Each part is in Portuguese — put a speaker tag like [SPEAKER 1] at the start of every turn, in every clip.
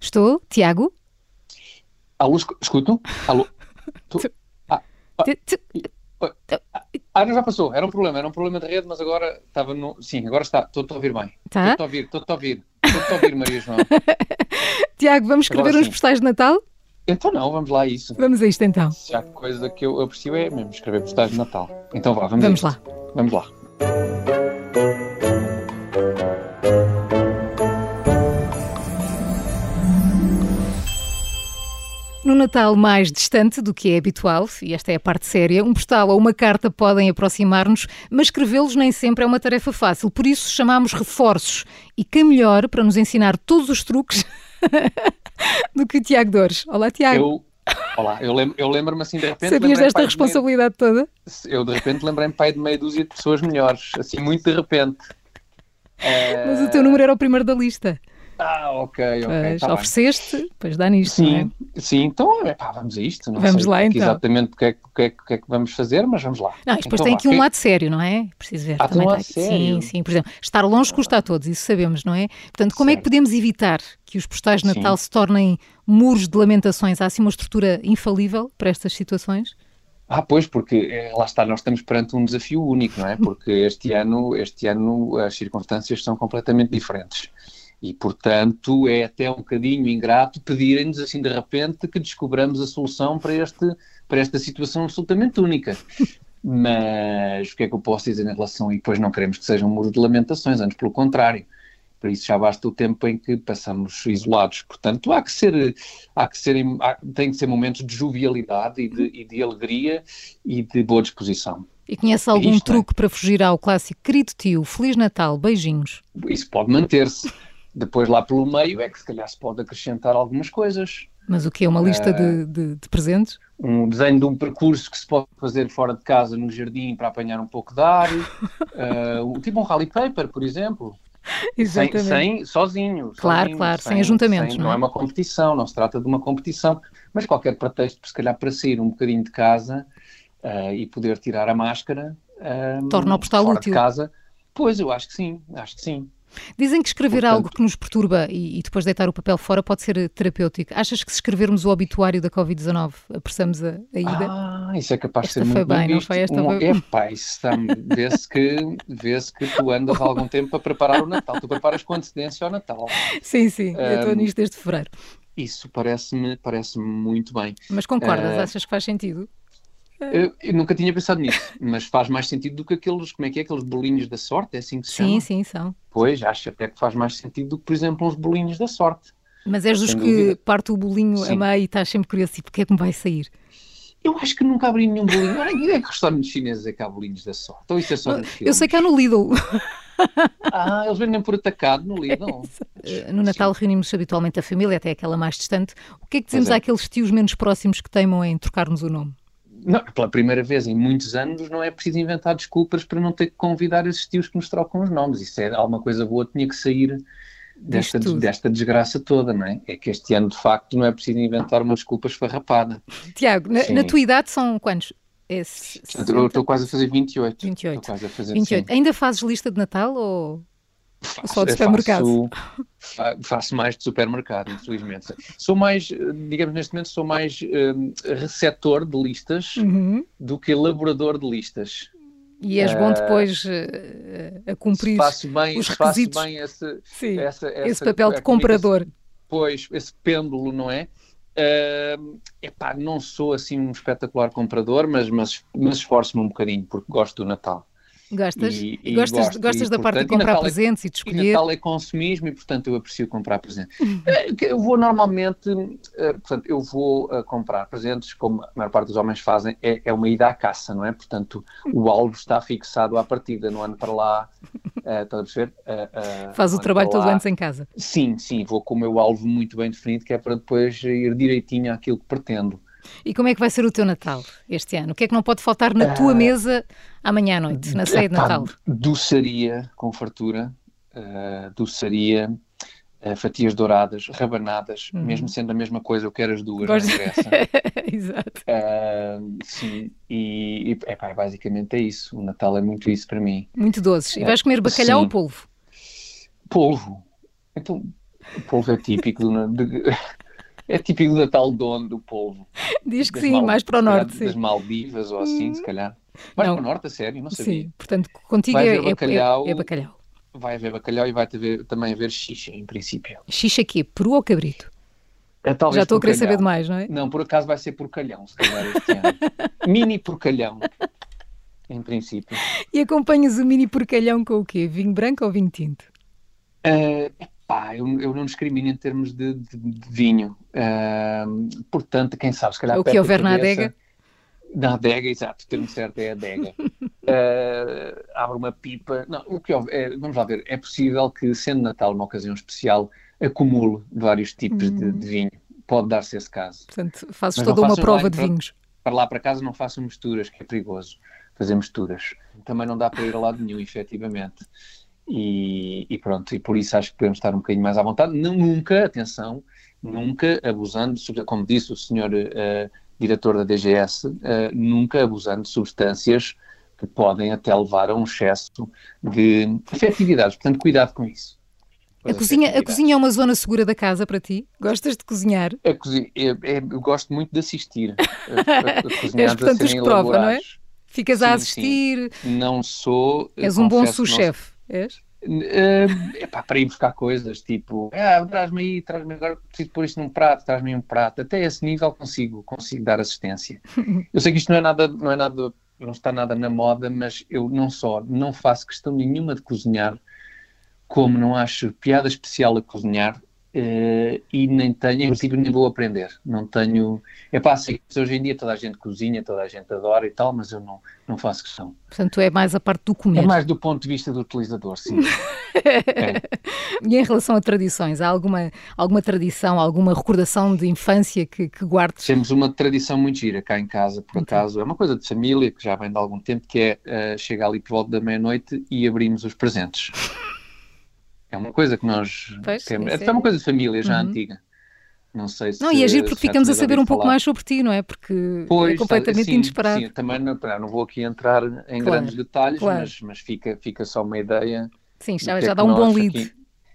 [SPEAKER 1] Estou, Tiago?
[SPEAKER 2] Alô, escu- escuto? Alô?
[SPEAKER 1] Tu- tu-
[SPEAKER 2] Ah, não, já passou. Era um problema, era um problema de rede, mas agora estava no. Sim, agora está. Estou-te a ouvir bem.
[SPEAKER 1] Tá?
[SPEAKER 2] Estou-te a ouvir, estou-te a ouvir. Estou-te a ouvir, Maria João.
[SPEAKER 1] Tiago, vamos escrever
[SPEAKER 2] Agora
[SPEAKER 1] uns
[SPEAKER 2] sim.
[SPEAKER 1] postais de Natal?
[SPEAKER 2] Então não, vamos lá a isso.
[SPEAKER 1] Vamos a isto então.
[SPEAKER 2] Se há coisa que eu aprecio é mesmo escrever postais de Natal. Então vá, vamos, a
[SPEAKER 1] Vamos
[SPEAKER 2] isto.
[SPEAKER 1] lá.
[SPEAKER 2] Vamos lá.
[SPEAKER 1] No Natal mais distante do que é habitual, e esta é a parte séria, um postal ou uma carta podem aproximar-nos, mas escrevê-los nem sempre é uma tarefa fácil. Por isso chamámos reforços. E quem melhor para nos ensinar todos os truques do que o Tiago Dores. Olá, Tiago.
[SPEAKER 2] Eu. Olá, eu lem- eu lembro-me assim de repente.
[SPEAKER 1] Ah. Sabias
[SPEAKER 2] lembrei-me,
[SPEAKER 1] desta
[SPEAKER 2] pai, de meia-
[SPEAKER 1] responsabilidade toda?
[SPEAKER 2] Eu de repente lembrei-me pai de meia dúzia de pessoas melhores. Assim, muito de repente. Eh,
[SPEAKER 1] Mas o teu número era o primeiro da lista.
[SPEAKER 2] Ah, ok, ok.
[SPEAKER 1] Pois,
[SPEAKER 2] Tá bem.
[SPEAKER 1] ofereceste, pois dá nisto, não é?
[SPEAKER 2] Sim, sim, então epá, vamos a isto. Não
[SPEAKER 1] Vamos
[SPEAKER 2] sei
[SPEAKER 1] lá, então.
[SPEAKER 2] exatamente o que, é, que- o que é que- o que é que vamos fazer, mas vamos lá.
[SPEAKER 1] Não, e depois
[SPEAKER 2] Então
[SPEAKER 1] tem
[SPEAKER 2] vá,
[SPEAKER 1] aqui um
[SPEAKER 2] que-
[SPEAKER 1] lado sério, não é? Preciso ver.
[SPEAKER 2] Ah, tem um
[SPEAKER 1] está
[SPEAKER 2] lado
[SPEAKER 1] aqui. Sim,
[SPEAKER 2] sério.
[SPEAKER 1] sim. Por exemplo, estar longe custa a todos, isso sabemos, não é? Portanto, como é que
[SPEAKER 2] Certo.
[SPEAKER 1] podemos evitar que os postais de
[SPEAKER 2] Sim.
[SPEAKER 1] Natal se tornem muros de lamentações? Há assim uma estrutura infalível para estas situações?
[SPEAKER 2] Ah, pois, porque eh, lá está, nós estamos perante um desafio único, não é? Porque este ano, este ano as circunstâncias são completamente diferentes. E, portanto, é até um bocadinho ingrato pedirem-nos, assim, de repente, que descobramos a solução para, este, para esta situação absolutamente única. Mas o que é que eu posso dizer em relação? E depois não queremos que seja um muro de lamentações, antes pelo contrário. Para isso já basta o tempo em que passamos isolados. Portanto, há que ser, há que ser, há- tem que ser momentos de jovialidade e de, e de alegria e de boa disposição.
[SPEAKER 1] E conhece algum
[SPEAKER 2] isto, não é?
[SPEAKER 1] truque para fugir ao clássico querido tio, Feliz Natal, beijinhos?
[SPEAKER 2] Isso pode manter-se. Depois, lá pelo meio, é que se calhar se pode acrescentar algumas coisas.
[SPEAKER 1] Mas o que é uma lista
[SPEAKER 2] Eh,
[SPEAKER 1] de, de- de presentes?
[SPEAKER 2] um desenho de um percurso que se pode fazer fora de casa, no jardim, para apanhar um pouco de ar, eh, um- tipo um rally paper, por exemplo, sem, sem- sozinho.
[SPEAKER 1] Claro,
[SPEAKER 2] sozinho,
[SPEAKER 1] claro, sem ajuntamentos,
[SPEAKER 2] sem-
[SPEAKER 1] não
[SPEAKER 2] não
[SPEAKER 1] é?
[SPEAKER 2] é uma competição, não se trata de uma competição, mas qualquer pretexto, se calhar, para sair um bocadinho de casa eh, e poder tirar a máscara. eh,
[SPEAKER 1] Torna o postal
[SPEAKER 2] fora
[SPEAKER 1] útil.
[SPEAKER 2] De casa. Pois, eu acho que sim, acho que sim.
[SPEAKER 1] Dizem que escrever
[SPEAKER 2] Portanto-
[SPEAKER 1] algo que nos perturba e, e depois deitar o papel fora pode ser terapêutico. Achas que se escrevermos o obituário da Covid-19 apressamos a, a ida?
[SPEAKER 2] Ah, isso é capaz de
[SPEAKER 1] Esta
[SPEAKER 2] ser
[SPEAKER 1] foi
[SPEAKER 2] muito
[SPEAKER 1] bem, não
[SPEAKER 2] visto.
[SPEAKER 1] foi? Esta
[SPEAKER 2] um,
[SPEAKER 1] foi-
[SPEAKER 2] Epá, isso está-me- vê-se que, vê-se que tu andas há algum tempo a preparar o Natal. Tu preparas com antecedência ao Natal.
[SPEAKER 1] Sim, sim, eu estou
[SPEAKER 2] Ahm,
[SPEAKER 1] nisto desde fevereiro.
[SPEAKER 2] Isso parece-me parece muito bem.
[SPEAKER 1] Mas concordas?
[SPEAKER 2] eh,
[SPEAKER 1] Achas que faz sentido?
[SPEAKER 2] Eu, eu nunca tinha pensado nisso, mas faz mais sentido do que aqueles, como é que é, aqueles bolinhos da sorte, é assim que se
[SPEAKER 1] Sim,
[SPEAKER 2] chama?
[SPEAKER 1] sim, são.
[SPEAKER 2] Pois, acho até que faz mais sentido do que, por exemplo, uns bolinhos da sorte.
[SPEAKER 1] Mas és dos
[SPEAKER 2] Sem
[SPEAKER 1] que
[SPEAKER 2] dúvida.
[SPEAKER 1] parte o bolinho a
[SPEAKER 2] Sim.
[SPEAKER 1] meio e estás sempre curioso, tipo, o que é que me vai sair?
[SPEAKER 2] Eu acho que nunca abri nenhum bolinho. Olha, em que restaurantes chineses é que há bolinhos da sorte? Ou isso é só nos
[SPEAKER 1] Eu
[SPEAKER 2] filmes?
[SPEAKER 1] sei que há no Lidl.
[SPEAKER 2] Ah, eles vendem por atacado no Lidl.
[SPEAKER 1] Eh, No Natal reunimos habitualmente a família, até aquela mais distante. O que é que dizemos
[SPEAKER 2] é.
[SPEAKER 1] àqueles tios menos próximos que teimam em trocar-nos o nome?
[SPEAKER 2] Não, pela primeira vez em muitos anos não é preciso inventar desculpas para não ter que convidar esses tios que nos trocam os nomes. Isso é alguma coisa boa, tinha que sair desta,
[SPEAKER 1] tudo.
[SPEAKER 2] desta desgraça toda, não é? É que este ano, de facto, não é preciso inventar uma desculpa esfarrapada.
[SPEAKER 1] Tiago, na, na
[SPEAKER 2] Sim.
[SPEAKER 1] tua idade são quantos? É se-
[SPEAKER 2] Portanto, eu estou quase a fazer 28.
[SPEAKER 1] 28.
[SPEAKER 2] Estou quase a fazer
[SPEAKER 1] 28.
[SPEAKER 2] sim.
[SPEAKER 1] Ainda fazes lista de Natal ou só de
[SPEAKER 2] Eu
[SPEAKER 1] supermercado?
[SPEAKER 2] Faço, fa- É Ah, faço mais de supermercado, infelizmente. Sou mais, eh, digamos, neste momento, sou mais hum, receptor de listas
[SPEAKER 1] Uhum.
[SPEAKER 2] do que elaborador de listas.
[SPEAKER 1] e és bom depois eh, a
[SPEAKER 2] Se
[SPEAKER 1] cumprir
[SPEAKER 2] faço bem,
[SPEAKER 1] os
[SPEAKER 2] se faço
[SPEAKER 1] requisitos.
[SPEAKER 2] bem esse,
[SPEAKER 1] Sim,
[SPEAKER 2] essa-
[SPEAKER 1] esse
[SPEAKER 2] essa-
[SPEAKER 1] papel
[SPEAKER 2] a
[SPEAKER 1] de
[SPEAKER 2] comunicação-
[SPEAKER 1] comprador?
[SPEAKER 2] Pois, esse pêndulo, não é? Ahm, epá, não sou assim um espetacular comprador, mas, mas, mas esforço-me um bocadinho, porque gosto do Natal.
[SPEAKER 1] Gostas?
[SPEAKER 2] E-
[SPEAKER 1] E
[SPEAKER 2] e
[SPEAKER 1] gostas
[SPEAKER 2] gosto,
[SPEAKER 1] gostas
[SPEAKER 2] e,
[SPEAKER 1] da parte de
[SPEAKER 2] portanto, e
[SPEAKER 1] comprar
[SPEAKER 2] Natal é-
[SPEAKER 1] presentes e de
[SPEAKER 2] E
[SPEAKER 1] escolher?
[SPEAKER 2] Natal é consumismo e, portanto, eu aprecio comprar presentes. Eh, que Eu vou normalmente, eh, portanto, eu vou eh, comprar presentes, como a maior parte dos homens fazem, é, é uma ida à caça, não é? Portanto, o alvo está fixado à partida, no ano para lá, eh, estás a perceber? Eh, eh,
[SPEAKER 1] Faz o
[SPEAKER 2] no ano
[SPEAKER 1] trabalho
[SPEAKER 2] para
[SPEAKER 1] todo
[SPEAKER 2] lá.
[SPEAKER 1] antes em casa.
[SPEAKER 2] Sim, sim, vou com o meu alvo muito bem definido, que é para depois ir direitinho àquilo que pretendo.
[SPEAKER 1] E como é que vai ser o teu Natal este ano? O que é que não pode faltar na tua mesa amanhã à noite, na ceia de
[SPEAKER 2] Epá,
[SPEAKER 1] Natal?
[SPEAKER 2] Doçaria com fartura, eh, doçaria, eh, fatias douradas, rabanadas,
[SPEAKER 1] Uhum.
[SPEAKER 2] mesmo sendo a mesma coisa, eu quero as duas,
[SPEAKER 1] Gosto-
[SPEAKER 2] não interessa.
[SPEAKER 1] Exato.
[SPEAKER 2] Eh, sim, e, e epá, basicamente é isso. O Natal é muito isso para mim.
[SPEAKER 1] Muito doces. E vais comer bacalhau
[SPEAKER 2] Sim.
[SPEAKER 1] ou polvo?
[SPEAKER 2] Polvo. Então, O polvo é típico do, de, é típico do Natal dono do polvo.
[SPEAKER 1] Diz que sim, mais para o norte.
[SPEAKER 2] Das
[SPEAKER 1] sim. Hum.
[SPEAKER 2] Maldivas ou assim, se calhar. Mais
[SPEAKER 1] Não.
[SPEAKER 2] para o norte, a sério, não sabia.
[SPEAKER 1] Sim, portanto, contigo
[SPEAKER 2] Vai
[SPEAKER 1] é,
[SPEAKER 2] haver
[SPEAKER 1] é- é-
[SPEAKER 2] bacalhau.
[SPEAKER 1] é bacalhau.
[SPEAKER 2] Vai haver bacalhau e vai haver- também haver xixa, em princípio.
[SPEAKER 1] Xixa aqui, peru ou cabrito?
[SPEAKER 2] É, talvez
[SPEAKER 1] Já estou a querer saber
[SPEAKER 2] porcalhau.
[SPEAKER 1] demais, não é?
[SPEAKER 2] Não, por acaso vai ser porcalhão, se calhar, este ano. Mini porcalhão, em princípio.
[SPEAKER 1] E acompanhas o mini porcalhão com o quê? Vinho branco ou vinho tinto?
[SPEAKER 2] Eh, epá, eu, eu não discrimino em termos de, de- de vinho. Eh, portanto, quem sabe, se calhar.
[SPEAKER 1] O que
[SPEAKER 2] perto da
[SPEAKER 1] houver na
[SPEAKER 2] cabeça-
[SPEAKER 1] adega?
[SPEAKER 2] Na adega, exato, o termo certo é adega. Eh, abre uma pipa. Não, o que houver, é- vamos lá ver, é possível que, sendo Natal uma ocasião especial, acumule vários tipos de- de
[SPEAKER 1] Uhum.
[SPEAKER 2] vinho. Pode dar-se esse caso.
[SPEAKER 1] Portanto, fazes
[SPEAKER 2] Mas não
[SPEAKER 1] toda uma
[SPEAKER 2] faças
[SPEAKER 1] prova
[SPEAKER 2] lá,
[SPEAKER 1] de
[SPEAKER 2] então.
[SPEAKER 1] vinhos.
[SPEAKER 2] para lá para casa não façam misturas, que é perigoso fazer misturas. Também não dá para ir a lado nenhum, efetivamente. E, e pronto, e por isso acho que podemos estar um bocadinho mais à vontade. Não- nunca, atenção, nunca abusando, de substan- como disse o senhor eh, diretor da DGS, eh, nunca abusando de substâncias que podem até levar a um excesso de afetividades. Portanto, cuidado com isso. Com
[SPEAKER 1] A
[SPEAKER 2] as
[SPEAKER 1] cozinha, a
[SPEAKER 2] afetividades.
[SPEAKER 1] cozinha é uma zona segura da casa para ti? Gostas de cozinhar?
[SPEAKER 2] A cozi- é- é- eu gosto muito de assistir eh,
[SPEAKER 1] É
[SPEAKER 2] a, a, a cozinhados a
[SPEAKER 1] portanto, os que
[SPEAKER 2] serem
[SPEAKER 1] provam, não é?
[SPEAKER 2] elaborados.
[SPEAKER 1] Ficas a
[SPEAKER 2] Sim, sim.
[SPEAKER 1] assistir?
[SPEAKER 2] Não sou. eh,
[SPEAKER 1] És um bom
[SPEAKER 2] confesso que não
[SPEAKER 1] sous-chefe? És?
[SPEAKER 2] sou- Eh, epá, para ir buscar coisas, tipo, ah, traz-me aí, traz-me agora, preciso pôr isto num prato, traz-me aí um prato. Até esse nível consigo, consigo dar assistência. Eu sei que isto não é nada, não é nada, não está nada na moda, mas eu não só não faço questão nenhuma de cozinhar, como não acho piada especial a cozinhar. eh, e nem tenho, em princípio nem vou aprender. Não tenho. É pá, sei que hoje em dia toda a gente cozinha, toda a gente adora e tal, mas eu não, não faço questão.
[SPEAKER 1] Portanto, é mais a parte do
[SPEAKER 2] É
[SPEAKER 1] comer.
[SPEAKER 2] mais do ponto de vista do utilizador, sim. É.
[SPEAKER 1] E em relação a tradições, há alguma, alguma tradição, alguma recordação de infância que, que guardes?
[SPEAKER 2] Temos uma tradição muito gira cá em casa, por
[SPEAKER 1] Então.
[SPEAKER 2] acaso. É uma coisa de família que já vem de algum tempo, que é eh, chegar ali por volta da meia-noite e abrimos os presentes. É uma coisa que nós
[SPEAKER 1] Pois,
[SPEAKER 2] temos.
[SPEAKER 1] isso
[SPEAKER 2] É
[SPEAKER 1] é-
[SPEAKER 2] uma coisa de família já
[SPEAKER 1] Uhum.
[SPEAKER 2] antiga. Não sei se.
[SPEAKER 1] Não, e é giro porque
[SPEAKER 2] se já
[SPEAKER 1] ficamos a
[SPEAKER 2] tinhas
[SPEAKER 1] saber um
[SPEAKER 2] ouvido
[SPEAKER 1] pouco
[SPEAKER 2] falar.
[SPEAKER 1] mais sobre ti, não é? Porque
[SPEAKER 2] Eh, Pois, tá,
[SPEAKER 1] é completamente
[SPEAKER 2] sim,
[SPEAKER 1] inesperado.
[SPEAKER 2] Sim, também não, pá, não vou aqui entrar em
[SPEAKER 1] Claro,
[SPEAKER 2] grandes detalhes,
[SPEAKER 1] claro.
[SPEAKER 2] mas, mas fica, fica só uma ideia.
[SPEAKER 1] Sim,
[SPEAKER 2] do
[SPEAKER 1] já,
[SPEAKER 2] que é
[SPEAKER 1] já
[SPEAKER 2] que
[SPEAKER 1] dá um bom
[SPEAKER 2] nós
[SPEAKER 1] lead.
[SPEAKER 2] aqui-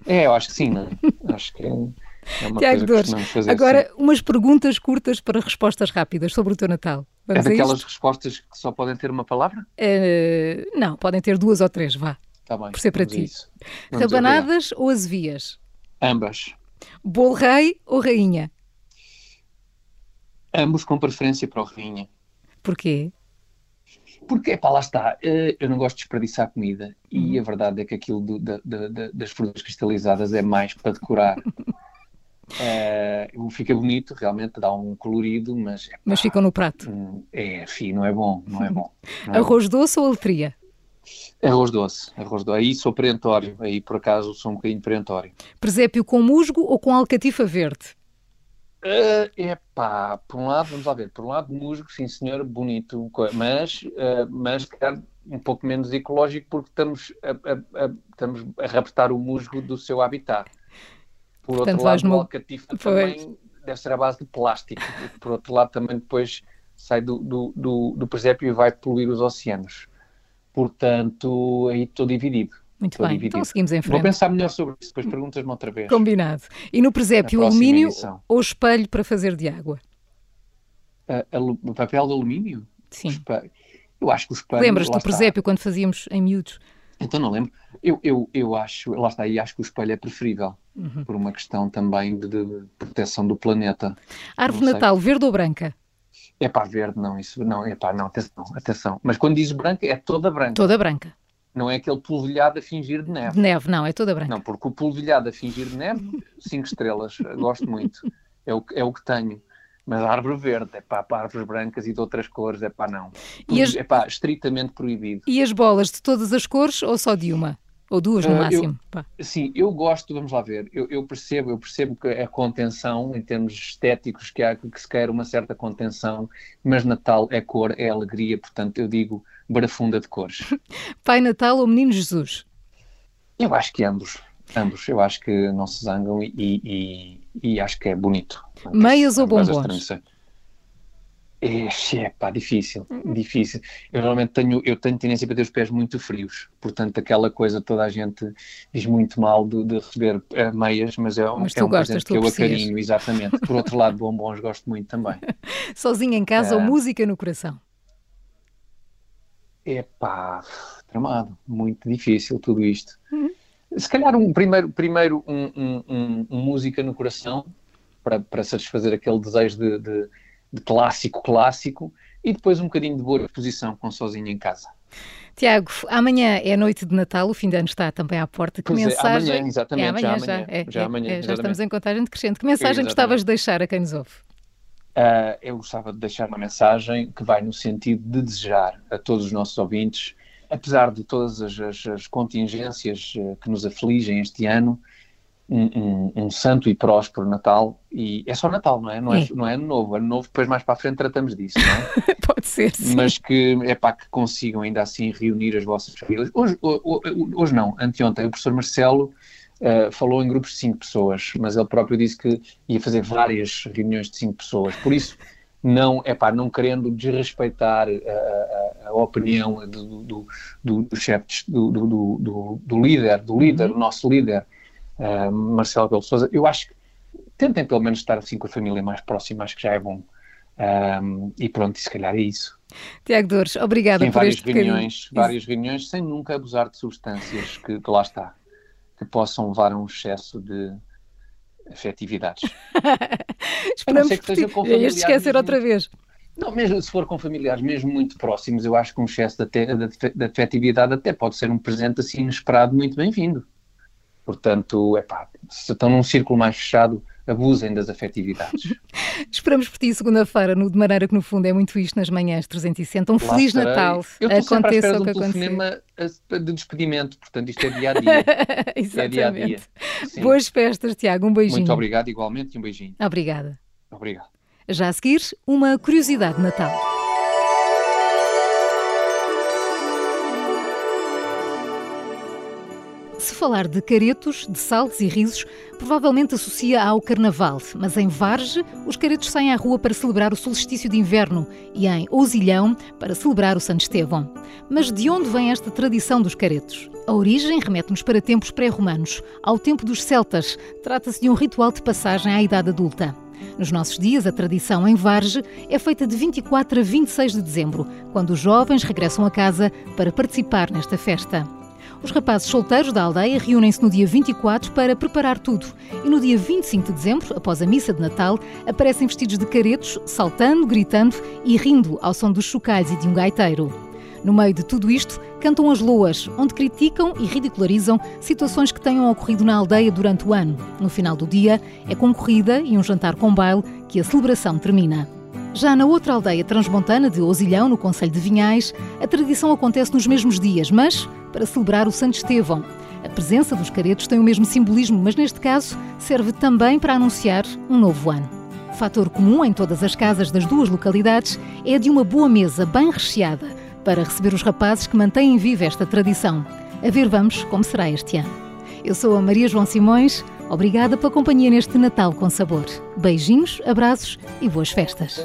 [SPEAKER 2] É, eu acho que sim, não é? Acho que é, é uma
[SPEAKER 1] Tiago
[SPEAKER 2] coisa que
[SPEAKER 1] Dores,
[SPEAKER 2] costumamos fazer. sim.
[SPEAKER 1] Agora, umas perguntas curtas para respostas rápidas sobre o teu Natal.
[SPEAKER 2] É
[SPEAKER 1] Vamos a
[SPEAKER 2] daquelas
[SPEAKER 1] isto?
[SPEAKER 2] respostas que só podem ter uma palavra?
[SPEAKER 1] Eh, não, podem ter duas ou três, vá.
[SPEAKER 2] Está bem.
[SPEAKER 1] Por ser para
[SPEAKER 2] vamos
[SPEAKER 1] ti.
[SPEAKER 2] a isso. Vamos obrigar.
[SPEAKER 1] Rabanadas ou azevias?
[SPEAKER 2] Ambas.
[SPEAKER 1] Bolo rei ou rainha?
[SPEAKER 2] Ambos com preferência para o vinho.
[SPEAKER 1] Porquê?
[SPEAKER 2] Porque, epá, lá está, eh, eu não gosto de desperdiçar comida
[SPEAKER 1] Uhum.
[SPEAKER 2] e a verdade é que aquilo do- da- da- da- das frutas cristalizadas é mais para decorar. Eh, fica bonito, realmente dá um colorido, mas, epá,
[SPEAKER 1] Mas ficam no prato.
[SPEAKER 2] hum, é, enfim, não é bom, não é bom. Não é bom.
[SPEAKER 1] Arroz doce ou aletria?
[SPEAKER 2] Arroz doce, arroz doce. Aí sou perentório, aí por acaso sou um bocadinho perentório.
[SPEAKER 1] Presépio com musgo ou com alcatifa verde?
[SPEAKER 2] É epá, por um lado, vamos lá ver, por um lado, musgo, sim senhor, bonito, co- mas, eh, mas calhar, um pouco menos ecológico porque estamos a, a- a- estamos a raptar o musgo do seu habitat. Por
[SPEAKER 1] Portanto,
[SPEAKER 2] outro
[SPEAKER 1] vais
[SPEAKER 2] lado,
[SPEAKER 1] numa-
[SPEAKER 2] o alcatifa também deve ser à base de plástico. Por outro lado, também depois sai do, do, do, do presépio e vai poluir os oceanos. Portanto, aí estou dividido.
[SPEAKER 1] Muito
[SPEAKER 2] Estou
[SPEAKER 1] bem,
[SPEAKER 2] dividido.
[SPEAKER 1] então seguimos em
[SPEAKER 2] Vou
[SPEAKER 1] frente.
[SPEAKER 2] pensar melhor sobre isso, depois perguntas-me outra vez.
[SPEAKER 1] Combinado. E no
[SPEAKER 2] na
[SPEAKER 1] presépio,
[SPEAKER 2] próxima
[SPEAKER 1] alumínio
[SPEAKER 2] edição.
[SPEAKER 1] ou espelho para fazer de água?
[SPEAKER 2] Ah, alu- papel de alumínio?
[SPEAKER 1] Sim.
[SPEAKER 2] Espelho. Eu acho que o espelho.
[SPEAKER 1] Lembras-te
[SPEAKER 2] lá
[SPEAKER 1] do
[SPEAKER 2] está.
[SPEAKER 1] presépio quando fazíamos em miúdos?
[SPEAKER 2] Então não lembro. Eu, eu, eu acho, lá está, e acho que o espelho é preferível,
[SPEAKER 1] Uhum.
[SPEAKER 2] por uma questão também de, de proteção do planeta.
[SPEAKER 1] Árvore
[SPEAKER 2] sei.
[SPEAKER 1] Natal, verde ou branca?
[SPEAKER 2] É pá, verde, não, isso, não, é pá, não, atenção, atenção. Mas quando diz branca, é toda branca,
[SPEAKER 1] Toda branca.
[SPEAKER 2] não é aquele polvilhado a fingir de neve.
[SPEAKER 1] De neve, não, é toda branca.
[SPEAKER 2] Não, porque o polvilhado a fingir de neve, cinco estrelas, gosto muito, é o, que- é o que tenho. Mas a árvore verde, é pá, para árvores brancas e de outras cores, é pá, não.
[SPEAKER 1] E as-
[SPEAKER 2] É pá, estritamente proibido.
[SPEAKER 1] E as bolas de todas as cores ou só de uma? Ou duas no
[SPEAKER 2] Ah, eu-
[SPEAKER 1] máximo? Pá.
[SPEAKER 2] Sim, eu gosto, vamos lá ver, eu, eu percebo, eu percebo que a contenção em termos estéticos que há que se quer uma certa contenção, mas Natal é cor, é alegria, portanto eu digo barafunda de cores.
[SPEAKER 1] Pai Natal ou Menino Jesus?
[SPEAKER 2] Eu acho que ambos, ambos, eu acho que não se zangam e, e, e acho que é bonito.
[SPEAKER 1] Meias ou
[SPEAKER 2] Ambas as
[SPEAKER 1] bombons?
[SPEAKER 2] tradições. É, É, é pá, difícil, difícil. Eu normalmente tenho, eu tenho tendência para ter os pés muito frios, portanto aquela coisa toda a gente diz muito mal de, de receber eh, meias, mas é um,
[SPEAKER 1] Mas
[SPEAKER 2] é
[SPEAKER 1] tu
[SPEAKER 2] um
[SPEAKER 1] gostas,
[SPEAKER 2] presente
[SPEAKER 1] tu
[SPEAKER 2] que eu
[SPEAKER 1] aprecias.
[SPEAKER 2] acarinho, exatamente. Por outro lado, bombons gosto muito também.
[SPEAKER 1] Sozinho em casa ou
[SPEAKER 2] Ah.
[SPEAKER 1] música no coração?
[SPEAKER 2] É pá, tramado, muito difícil tudo isto.
[SPEAKER 1] Uhum.
[SPEAKER 2] Se calhar um primeiro, primeiro um, um- um- um música no coração para, para satisfazer aquele desejo de, de- de clássico clássico e depois um bocadinho de boa disposição com sozinho em casa.
[SPEAKER 1] Tiago, amanhã é noite de Natal, o fim de ano está também à porta. Que
[SPEAKER 2] Pois é,
[SPEAKER 1] mensagem.
[SPEAKER 2] amanhã, exatamente,
[SPEAKER 1] é, amanhã
[SPEAKER 2] já amanhã,
[SPEAKER 1] é,
[SPEAKER 2] já
[SPEAKER 1] é,
[SPEAKER 2] amanhã,
[SPEAKER 1] é, já estamos
[SPEAKER 2] exatamente.
[SPEAKER 1] em contagem decrescente. Que mensagem
[SPEAKER 2] Exatamente.
[SPEAKER 1] gostavas de deixar a quem nos ouve?
[SPEAKER 2] Ah, eu gostava de deixar uma mensagem que vai no sentido de desejar a todos os nossos ouvintes, apesar de todas as, as- as contingências eh, que nos afligem este ano, um, um- um santo e próspero Natal. E é só Natal, não é? Não é,
[SPEAKER 1] É.
[SPEAKER 2] não é ano novo. Ano novo, depois mais para a frente tratamos disso, não é?
[SPEAKER 1] Pode ser, sim.
[SPEAKER 2] Mas que é para que consigam ainda assim reunir as vossas famílias. Hoje, ho- ho- hoje, não, anteontem, o professor Marcelo. eh, falou em grupos de cinco pessoas, mas ele próprio disse que ia fazer várias reuniões de cinco pessoas. Por isso, não, é pá, não querendo desrespeitar eh, a- a, a- a opinião do, do, do, do chefe, de- do, do, do- do, do líder, do líder, do nosso líder, eh, Marcelo Belo Souza, eu acho que tentem pelo menos estar assim com a família mais próxima, acho que já é bom. Ahm, e pronto, e se calhar é isso.
[SPEAKER 1] Tiago Dores, obrigada
[SPEAKER 2] Tem
[SPEAKER 1] por
[SPEAKER 2] várias
[SPEAKER 1] este bocadinho.
[SPEAKER 2] reuniões, várias reuniões sem nunca abusar de substâncias que, que lá está, que possam levar a um excesso de afetividades.
[SPEAKER 1] Esperamos
[SPEAKER 2] A não ser
[SPEAKER 1] por
[SPEAKER 2] que
[SPEAKER 1] ti.
[SPEAKER 2] seja com
[SPEAKER 1] Eu ia te esquecer
[SPEAKER 2] familiares
[SPEAKER 1] outra vez.
[SPEAKER 2] Não, mesmo se for com familiares, mesmo muito próximos, eu acho que um excesso de, ate- de, afe- de afetividade até pode ser um presente assim inesperado muito bem-vindo. Portanto, é pá, se estão num círculo mais fechado, abusem das afetividades.
[SPEAKER 1] Esperamos por ti segunda-feira, no de maneira que no fundo é muito isto nas manhãs 360. Um
[SPEAKER 2] Lá
[SPEAKER 1] Feliz
[SPEAKER 2] estarei.
[SPEAKER 1] Natal,
[SPEAKER 2] Eu estou sempre à espera
[SPEAKER 1] aconteça
[SPEAKER 2] de
[SPEAKER 1] o
[SPEAKER 2] um
[SPEAKER 1] que acontecer.
[SPEAKER 2] telefonema eh, de despedimento, portanto isto é dia-a-dia. é dia-a-dia.
[SPEAKER 1] Exatamente.
[SPEAKER 2] Sim.
[SPEAKER 1] Boas festas, Tiago. Um beijinho.
[SPEAKER 2] Muito obrigado igualmente e um beijinho.
[SPEAKER 1] Obrigada.
[SPEAKER 2] Obrigado.
[SPEAKER 1] Já a seguir, uma curiosidade de Natal. Se falar de caretos, de saltos e risos, provavelmente associa ao Carnaval, mas em Varge, os caretos saem à rua para celebrar o solstício de inverno e em Ousilhão para celebrar o Santo Estevão. Mas de onde vem esta tradição dos caretos? A origem remete-nos para tempos pré-romanos, ao tempo dos celtas. Trata-se de um ritual de passagem à idade adulta. Nos nossos dias, a tradição em Varge é feita de 24 a 26 de dezembro, quando os jovens regressam a casa para participar nesta festa. Os rapazes solteiros da aldeia reúnem-se no dia 24 para preparar tudo e no dia 25 de dezembro, após a missa de Natal, aparecem vestidos de caretos, saltando, gritando e rindo ao som dos chocalhos e de um gaiteiro. No meio de tudo isto, cantam as loas, onde criticam e ridicularizam situações que tenham ocorrido na aldeia durante o ano. No final do dia, é com corrida e um jantar com baile que a celebração termina. Já na outra aldeia transmontana de Osilhão, no Conselho de Vinhais, a tradição acontece nos mesmos dias, mas para celebrar o Santo Estevão. A presença dos caretos tem o mesmo simbolismo, mas neste caso serve também para anunciar um novo ano. Fator comum em todas as casas das duas localidades é a de uma boa mesa bem recheada para receber os rapazes que mantêm viva esta tradição. A ver, vamos como será este ano. Eu sou a Maria João Simões, obrigada pela companhia neste Natal com Sabor. Beijinhos, abraços e boas festas.